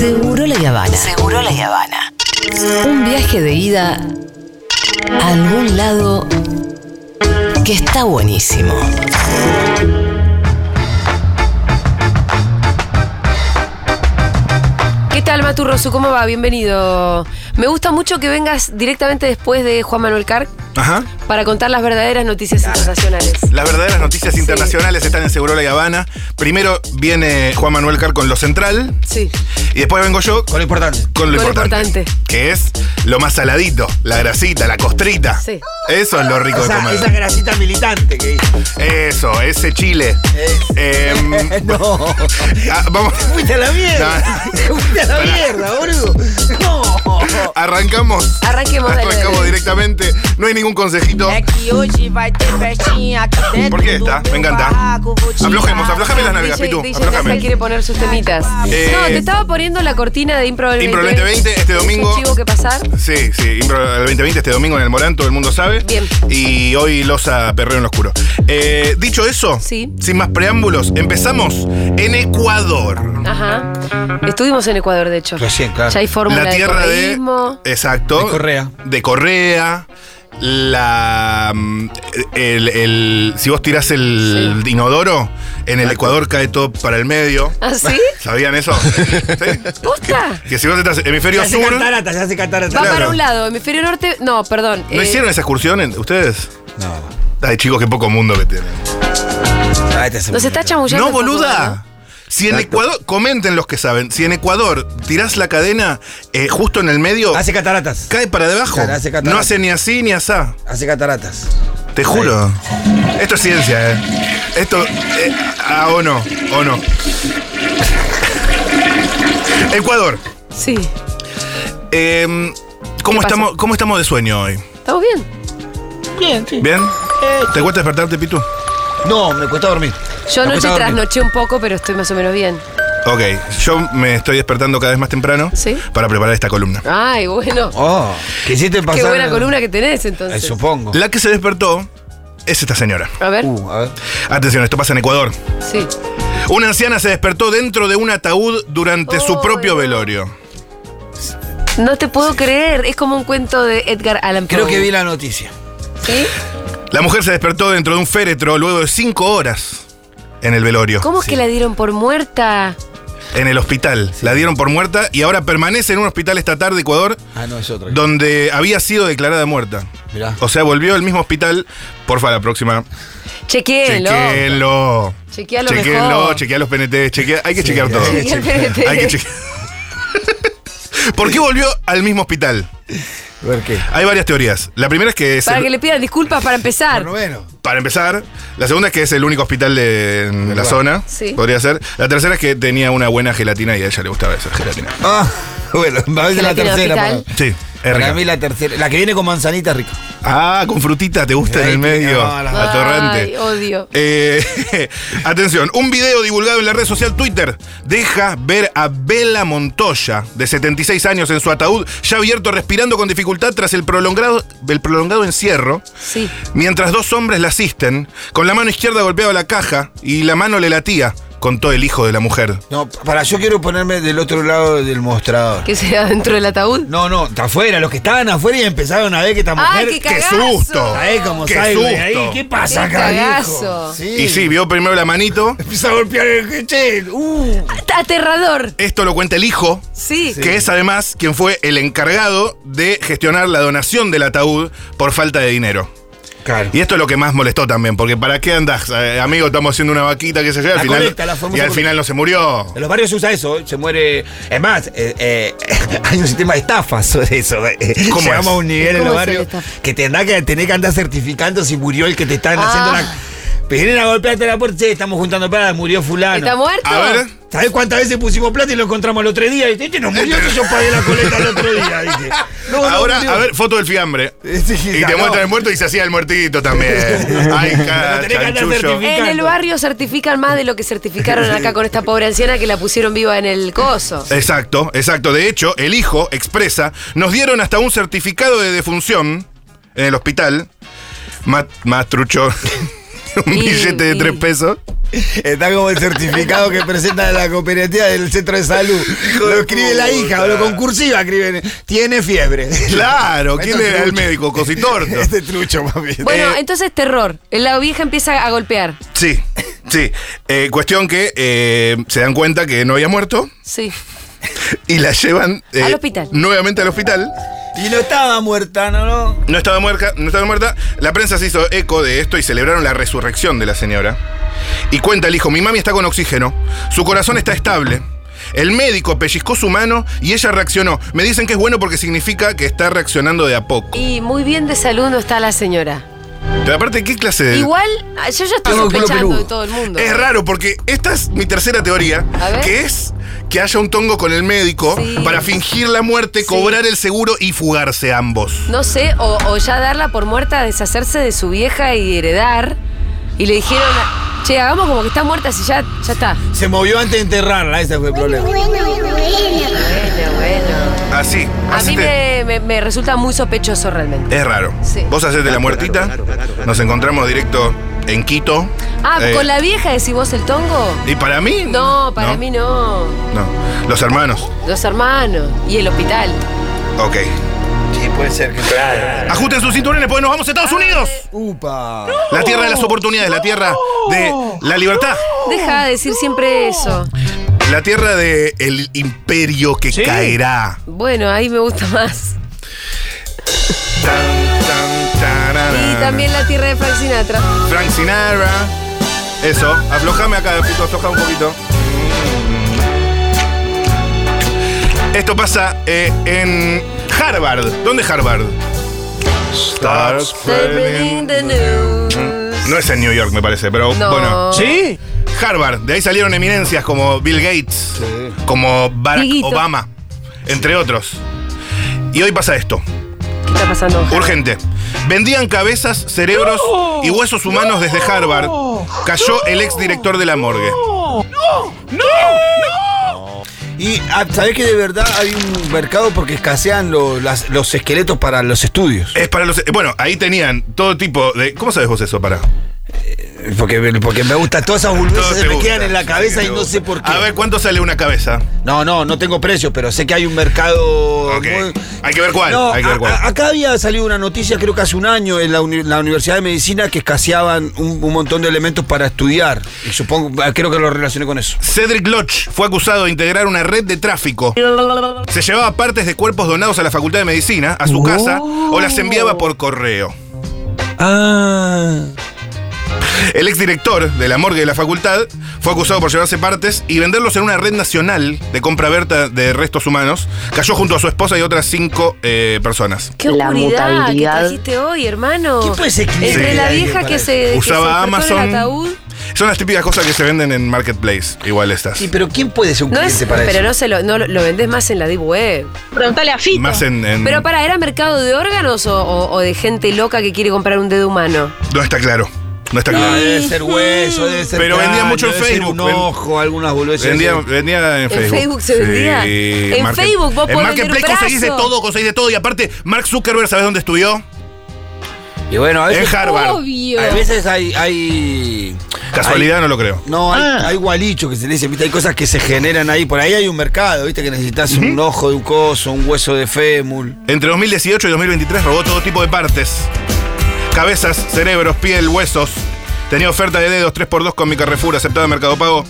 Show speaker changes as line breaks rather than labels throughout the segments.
La Habana.
Seguro La Habana.
Un viaje de ida a algún lado que está buenísimo.
¿Qué tal, Maturroso? ¿Cómo va? Bienvenido. Me gusta mucho que vengas directamente después de Juan Manuel Carr
Ajá.
para contar las verdaderas noticias internacionales.
Las verdaderas noticias internacionales están en Segurola y Habana. Primero viene Juan Manuel Carr con lo central
Sí.
y después vengo yo
Con lo importante.
con lo,
Con lo
importante,
importante.
Que es lo más saladito, la grasita, la costrita.
Sí.
Eso es lo rico de
Esa,
comer.
esa grasita militante que hizo.
Eso, ese chile. Em,
No.
ah, vamos.
Fuiste a la mierda.
No.
Fuiste a la mierda, boludo. No.
Arrancamos.
Arranquemos, dale,
Arrancamos
dale.
directamente. No hay ningún consejito.
É que hoje vai ter festinha aqui dentro.
¿Por qué esta? Me encanta. Aflojemos, aflojame las nalgas,
DJ,
Pitu.
DJ Nasa
Aflojame.
quiere poner sus temitas.
Eh,
no, te estaba poniendo la cortina de Impro del
Impro
2020.
2020, este domingo.
Es un chivo que pasar.
Sí, sí, Impro el 2020 este domingo en el Morán, todo el mundo sabe.
Bien.
Y hoy Losa Perreo en lo oscuro. Eh, dicho eso,
Sí.
sin más preámbulos, empezamos en Ecuador.
Ajá. Estuvimos en Ecuador, de hecho.
Recién, claro.
Ya hay fórmula
la tierra
de
de,
correísmo.
Exacto.
De Correa.
De Correa. La. mm, el- el- si vos tirás el inodoro, en el Ecuador cae todo para el medio.
¿Ah, sí?
¿Sabían eso? ¿Sí?
¿Posta?
Que si vos estás hemisferio
Ya se
sur.
catarata, ya se
Va
catarata.
Claro.
para un lado, hemisferio norte. No, perdón.
¿No
eh,
hicieron esa excursión en- ustedes?
No.
Ay, chicos, qué poco mundo que tienen.
Ah, este es un-
Nos está chamullando.
No,
un poco,
boluda. Si en
Exacto.
Ecuador, comenten los que saben, si en Ecuador tirás la cadena eh, justo en el medio,
Hace cataratas.
cae para debajo.
Claro, hace catarata.
no hace ni así ni asá.
Hace cataratas.
Te juro. Esto es ciencia, ¿eh? Esto. eh, ah, o no, o no. Ecuador,
¿no? Sí.
eh, ¿cómo,
¿Qué pasa?
estamos, ¿cómo estamos de sueño hoy?
¿Estamos bien?
¿Bien?
Eh.
¿Te cuesta despertarte, Pitu?
No, me cuesta dormir.
Yo
Me
anoche
cuesta dormir.
trasnoché un poco, pero estoy más o menos bien.
Ok, yo me estoy despertando cada vez más temprano
Sí.
para preparar esta columna.
Ay, bueno.
Oh, quisiste pasar.
Qué buena columna que tenés, entonces.
Eh, supongo.
La que se despertó es esta señora.
A ver.
Uh, a ver.
Atención, esto pasa en Ecuador.
Sí.
Una anciana se despertó dentro de un ataúd durante su
Oh,
propio
no.
velorio.
No te puedo creer. Es como un cuento de Edgar Allan Poe.
Creo que vi la noticia.
¿Sí?
La mujer se despertó dentro de un féretro luego de cinco horas en el velorio.
¿Cómo es que la dieron por muerta?
En el hospital. La dieron por muerta y ahora permanece en un hospital estatal de Ecuador
Ah, no, es otra.
donde había sido declarada muerta.
Mirá.
O sea, volvió al mismo hospital. Porfa, la próxima.
Chequéenlo.
Chequéenlo.
Chequea lo
Chequéenlo,
mejor.
chequea los PNT, chequea- hay que chequear todo.
Chequea el PNT.
Hay que chequear. ¿Por qué volvió al mismo hospital?
¿Por qué?
Hay varias teorías. La primera es que es.
Para
el-
que le pidan disculpas para empezar.
Bueno.
para empezar. La segunda es que es el único hospital de en la zona.
Sí.
Podría ser. La tercera es que tenía una buena gelatina y a ella le gustaba esa gelatina.
Ah, bueno, a veces la
Gelatina
tercera.
hospital.
para-
Sí, es
Para
rica.
mí la tercera. La que viene con manzanita es rica.
Ah, con frutita te gusta en el
Ay,
medio.
no, no.
Atorrante.
Ay, oh. odio.
Eh, atención, un video divulgado en la red social Twitter deja ver a Bela Montoya, de 76 años, en su ataúd, ya abierto, respirando con dificultad tras el prolongado, el prolongado encierro,
Sí.
mientras dos hombres la asisten, con la mano izquierda golpeaba la caja y la mano le latía, contó el hijo de la mujer.
No, para, yo quiero ponerme del otro lado del mostrador.
¿Qué será dentro del ataúd?
No, no, está afuera, los que estaban afuera y empezaron a ver que esta
¡Ay,
mujer.
qué cagazo!
susto!
¿Sabés cómo
¡Qué
salgo de
susto!
ahí? ¿Qué pasa
¡Qué
acá,
cagazo!
viejo?
Y sí, vio primero la manito.
Empieza a golpear el che. Uh.
Aterrador.
Esto lo cuenta el hijo,
Sí.
que es además quien fue el encargado de gestionar la donación del ataúd por falta de dinero.
Claro.
Y esto es lo que más molestó también, porque ¿para qué andás? eh, amigo, estamos haciendo una vaquita, qué sé yo, y al
La
final,
colecta, la famosa
y al
colecta.
final no se murió.
En los barrios se usa eso, ¿eh? se muere. Es más, eh, eh, hay un sistema de estafas sobre eso. eh.
¿Cómo
Llegamos
es?
a un nivel en
¿Cómo
los
es el
barrios
estafa?
que tendrá que tener que andar certificando si murió el que te están
Ah.
haciendo la. Pero Vienen a golpearte la puerta, che, estamos juntando plata, murió fulano.
¿Está muerto?
A ver,
¿Sabés cuántas veces pusimos plata y lo encontramos al otro día? Dice, este no murió, que yo pagué la coleta el otro día. Dice. No, no
ahora,
murió. Eh,
a ver, foto del fiambre.
Sí,
Y te
no.
muestran el muerto y se hacía el muertito también. Ay, cara,
Pero tenés que andar
chanchullo.
certificado.
En el barrio certifican más de lo que certificaron acá con esta pobre anciana que la pusieron viva en el coso.
Exacto, exacto. De hecho, el hijo expresa, nos dieron hasta un certificado de defunción en el hospital. Más, más trucho. un
Y-
billete de
y-
tres pesos.
Está como el certificado que presenta la cooperativa del centro de salud.
de
Lo escribe la
puta.
hija o lo concursiva escriben. Tiene fiebre.
Claro, ¿quién
Este
era el
trucho.
médico? Cositorto.
Este trucho, papi.
Bueno,
Eh,
entonces terror. La vieja empieza a golpear.
Sí, sí. Eh, cuestión que eh, se dan cuenta que no había muerto
Sí.
y la llevan eh,
Al hospital.
Nuevamente al hospital.
Y no estaba muerta, ¿no? no?
No estaba muerta, no estaba muerta. La prensa se hizo eco de esto y celebraron la resurrección de la señora. Y cuenta el hijo, mi mami está con oxígeno, su corazón está estable. El médico pellizcó su mano y ella reaccionó. Me dicen que es bueno porque significa que está reaccionando de a poco.
Y muy bien de salud no está la señora.
Pero aparte, ¿qué clase de...?
Igual, ah, yo ya estoy
Tengo el culo
sospechando
peludo.
de todo el mundo.
Es raro porque esta es mi tercera teoría,
A ver.
que es que haya un tongo con el médico
Sí.
para fingir la muerte, cobrar el seguro y fugarse ambos.
No sé, o, o ya darla por muerta, deshacerse de su vieja y heredar. Y le dijeron, che, hagamos como que está muerta si ya, ya está.
Se movió antes de enterrarla, ese fue el problema.
Bueno, bueno.
Así,
A
así
mí me,
te-
me- me resulta muy sospechoso realmente.
Es raro.
Sí.
Vos hacete la muertita, nos encontramos directo en Quito.
Ah,
Eh,
¿con la vieja decís vos el tongo?
¿Y para mí?
No, para mí no.
No. Los hermanos.
Los hermanos y el hospital.
Ok.
Sí, puede ser que.
Ajusten sus cinturones porque nos vamos a Estados Unidos.
Upa.
La tierra de las oportunidades, la tierra de la libertad.
Deja de decir siempre eso.
La tierra de el imperio que
Sí.
caerá.
Bueno, ahí me gusta más. Y también la tierra de Frank Sinatra.
Frank Sinatra. Eso, aflojame acá, Pito, afloja un poquito. Mm. Esto pasa eh, en Harvard. ¿Dónde es Harvard?
Spreading the news.
No es en New York, me parece, pero
No.
bueno.
¿Sí?
Harvard, de ahí salieron eminencias como Bill Gates, como Barack
Dieguito.
Obama, entre otros. Y hoy pasa esto.
¿Qué está pasando?
Urgente. Vendían cabezas, cerebros y huesos humanos desde Harvard. Cayó el exdirector de la morgue.
Y ah, sabés que de verdad hay un mercado porque escasean lo- las- los esqueletos para los estudios.
Es para los. Bueno, ahí tenían todo tipo de. ¿Cómo sabes vos eso? Para.
Porque, porque me gustan todas esas
Todo
burbujas
te
se me
gusta,
quedan en la
sí,
cabeza
te
y no
gusta.
sé por qué.
A ver, ¿cuánto sale una cabeza?
No, no, no tengo precio, pero sé que hay un mercado.
Ok. Hay que ver cuál, hay que ver cuál.
a- a- acá había salido una noticia, creo que hace un año, en la, uni- la Universidad de Medicina, que escaseaban un, un montón de elementos para estudiar. Y supongo, ah, creo que lo relacioné con eso.
Cedric Lodge fue acusado de integrar una red de tráfico. Se llevaba partes de cuerpos donados a la Facultad de Medicina, a su casa, o las enviaba por correo.
Ah.
El exdirector de la morgue de la facultad fue acusado por llevarse partes y venderlos en una red nacional de compra verta de restos humanos. Cayó junto a su esposa y otras cinco eh, personas.
Qué
La
oscuridad que
mutabilidad.
trajiste hoy, hermano.
¿Qué puede ser que
Entre
Sí.
la
hay
vieja
para
que
eso?
se que
Usaba
se despertó en
Amazon.
el ataúd.
Son las típicas cosas que se venden en marketplace, igual estas.
Sí, pero ¿quién puede ser un
No
cliente
es,
para
pero
eso?
no se lo, no lo- lo vendés más en la deep web.
Mm.
Preguntale a Fito.
Más en, en-
Pero para, ¿era mercado de órganos o, o- o de gente loca que quiere comprar un dedo humano?
No está claro. No está
Ah,
claro.
debe ser hueso, debe ser.
Pero vendía mucho en
debe ser
Facebook,
Un
ven-
ojo, algunas boludeces.
Vendía, vendía en
¿En
Facebook.
Facebook se vendía? En Facebook vos
En
podés vender
Marketplace conseguís de
brazos.
todo, conseguís de todo. Y aparte, Mark Zuckerberg, ¿sabés dónde estudió?
Y bueno, a
En
veces.
Harvard.
Obvio.
A veces hay. hay
Casualidad, no lo creo.
No, hay,
Ah.
hay gualicho que se le dice, viste, hay cosas que se generan ahí, por ahí hay un mercado, viste, que necesitas un ojo de un coso, un hueso de fémur.
Entre 2018 y 2023 robó todo tipo de partes. Cabezas, cerebros, piel, huesos. Tenía oferta de dedos 3x2 con mi Carrefour aceptada en Mercado Pago.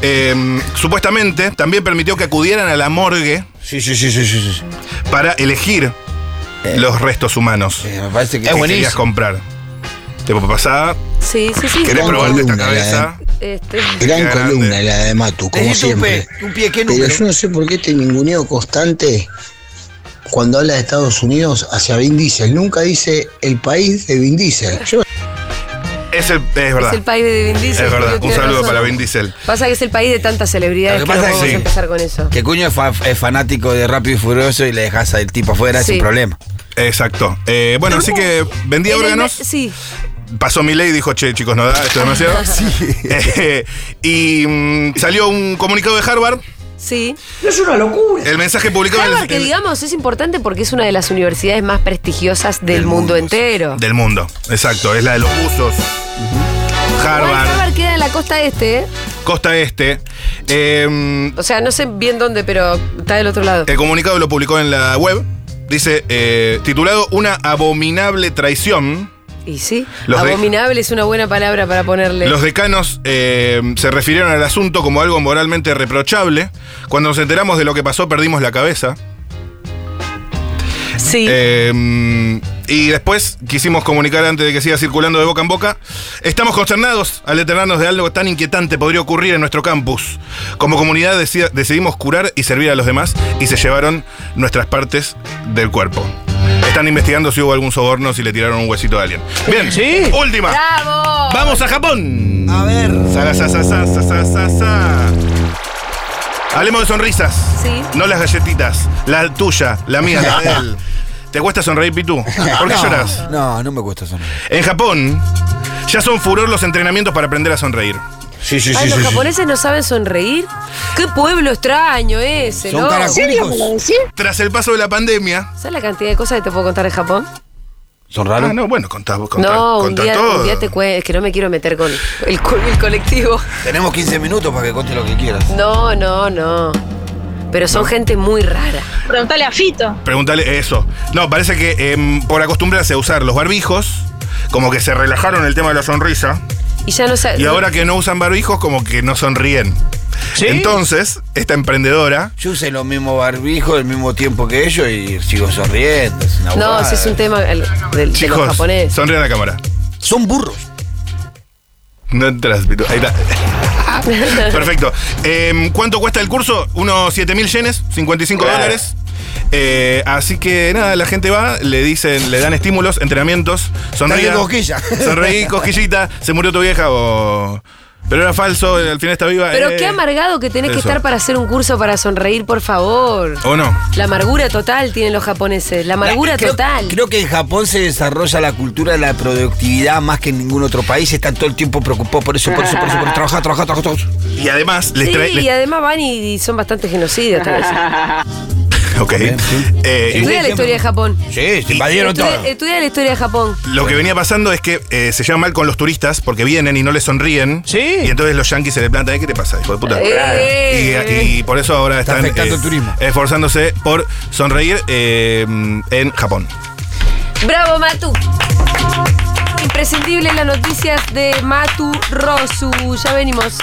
Eh, supuestamente también permitió que acudieran a la morgue
Sí, sí, sí, sí, sí. sí.
para elegir los restos humanos
Eh, me parece que
que querías comprar. Tipo, pasaba,
Sí, sí, sí.
querés
Con
probarte esta
columna,
cabeza.
Este,
Gran
Qué grande.
columna la de Matu, como
Necesito un
siempre.
pie, un pie, ¿qué
Pero
número?
yo no sé por qué este ninguneo constante cuando habla de Estados Unidos hacia Vin Diesel. Nunca dice el país de Vin Diesel. Yo
Es, el, es
es
verdad.
el país de Vin Diesel.
Es verdad.
Julio,
Un
tiene
saludo
razón.
para Vin Diesel.
Pasa que es el país de tantas celebridades
Lo
que,
que pasa
no
es
vamos
que-
a empezar con eso.
Que Cuño es, fa- es fanático de Rápido y Furioso y le dejas al tipo afuera
Sí.
sin problema.
Exacto. Eh, bueno, así que vendía
En el
órganos.
me- Eh, Sí.
Pasó mi ley y dijo, che, chicos, no da, esto es demasiado. Eh, y mm, salió un comunicado de Harvard.
Sí.
El mensaje publicado en el-
Harvard, que
en-
digamos, es importante porque es una de las universidades más prestigiosas del, mundo, entero.
del mundo. Exacto, es la de los usos.
Harvard.
Harvard,
queda en la costa este, ¿eh?
Costa Este. Eh,
O sea, no sé bien dónde, pero está del otro lado.
El comunicado lo publicó en la web. Dice, eh, titulado Una abominable traición.
Y sí,
Los de-
abominable es una buena palabra para ponerle.
Los decanos eh, se refirieron al asunto como algo moralmente reprochable. Cuando nos enteramos de lo que pasó, perdimos la cabeza.
sí.
Eh, y después quisimos comunicar antes de que siga circulando de boca en boca. Estamos consternados al enterarnos de algo tan inquietante podría ocurrir en nuestro campus. Como comunidad decida- decidimos curar y servir a los demás y se llevaron nuestras partes del cuerpo. Están investigando si hubo algún soborno, si le tiraron un huesito a alguien. Bien,
Sí.
última.
¡Bravo!
¡Vamos a Japón! A ver. Hablemos de sonrisas.
Sí.
No las galletitas. La tuya, la mía, la de él. ¿Te cuesta sonreír, Pitu? ¿Por qué lloras?
No, no me cuesta sonreír.
En Japón ya son furor los entrenamientos para aprender a sonreír.
Sí, sí,
Ay,
sí.
los
sí, sí.
japoneses no saben sonreír. Qué pueblo extraño ese,
Son
¿no?
caracúlicos.
Tras el paso de la pandemia.
¿Sabes la cantidad de cosas que te puedo contar de Japón?
Son
Ah,
raros.
no, bueno, contá, contá,
no, un
contá
día,
todo.
un día te cuento. Es que no me quiero meter con el, co- el colectivo.
Tenemos 15 minutos para que contes lo que quieras.
No, no, no. Pero son gente muy rara.
Preguntale a Fito.
Preguntale eso. No, parece que em, por acostumbrarse a usar los barbijos, como que se relajaron el tema de la sonrisa.
Y ya no saben.
Y ahora que no usan barbijos, como que no sonríen.
¿Sí?
Entonces, esta emprendedora.
Yo usé los mismos barbijos el mismo tiempo que ellos y sigo sonriendo. Es una
No,
bobada.
ese es un tema el- del- de los
Chicos,
japoneses.
sonríen a la cámara.
Son burros.
No entras, Pitu. Ahí está. Perfecto. Em, ¿Cuánto cuesta el curso? Unos 7.000 yenes, 55
Claro.
dólares. Eh, así que nada, la gente va, le dicen, le dan estímulos, entrenamientos, sonríe.
Dale cosquilla.
Sonreí, cosquillita, se murió tu vieja o. Pero era falso, al final está viva.
Pero
eh.
qué amargado que tenés que
eso.
estar para hacer un curso para sonreír, por favor.
¿O no?
La amargura total tienen los japoneses. La amargura
La- creo-
total.
Creo que en Japón se desarrolla la cultura de la productividad más que en ningún otro país. Están todo el tiempo preocupados por eso, por eso, por eso. Por trabajar, trabajar, trabajar. trabajar.
Y además, les
Sí,
trae. les-
y además van y, y son bastante genocidas. te voy a decir.
Ok. Eh, y-
Estudia la historia de Japón.
Sí, se invadieron
Estudia-
todo.
estudia la historia de Japón.
Lo que venía pasando es que eh, se llevan mal con los turistas porque vienen y no les sonríen.
Sí.
Y entonces los yanquis se le plantan, "Eh, ¿qué te pasa, hijo de puta?
Eh.
Y, y por eso ahora
Está
están eh,
afectando el turismo.
esforzándose por sonreír eh, en Japón.
Bravo, Matu. Imprescindible las noticias de Matu Rosu. Ya venimos.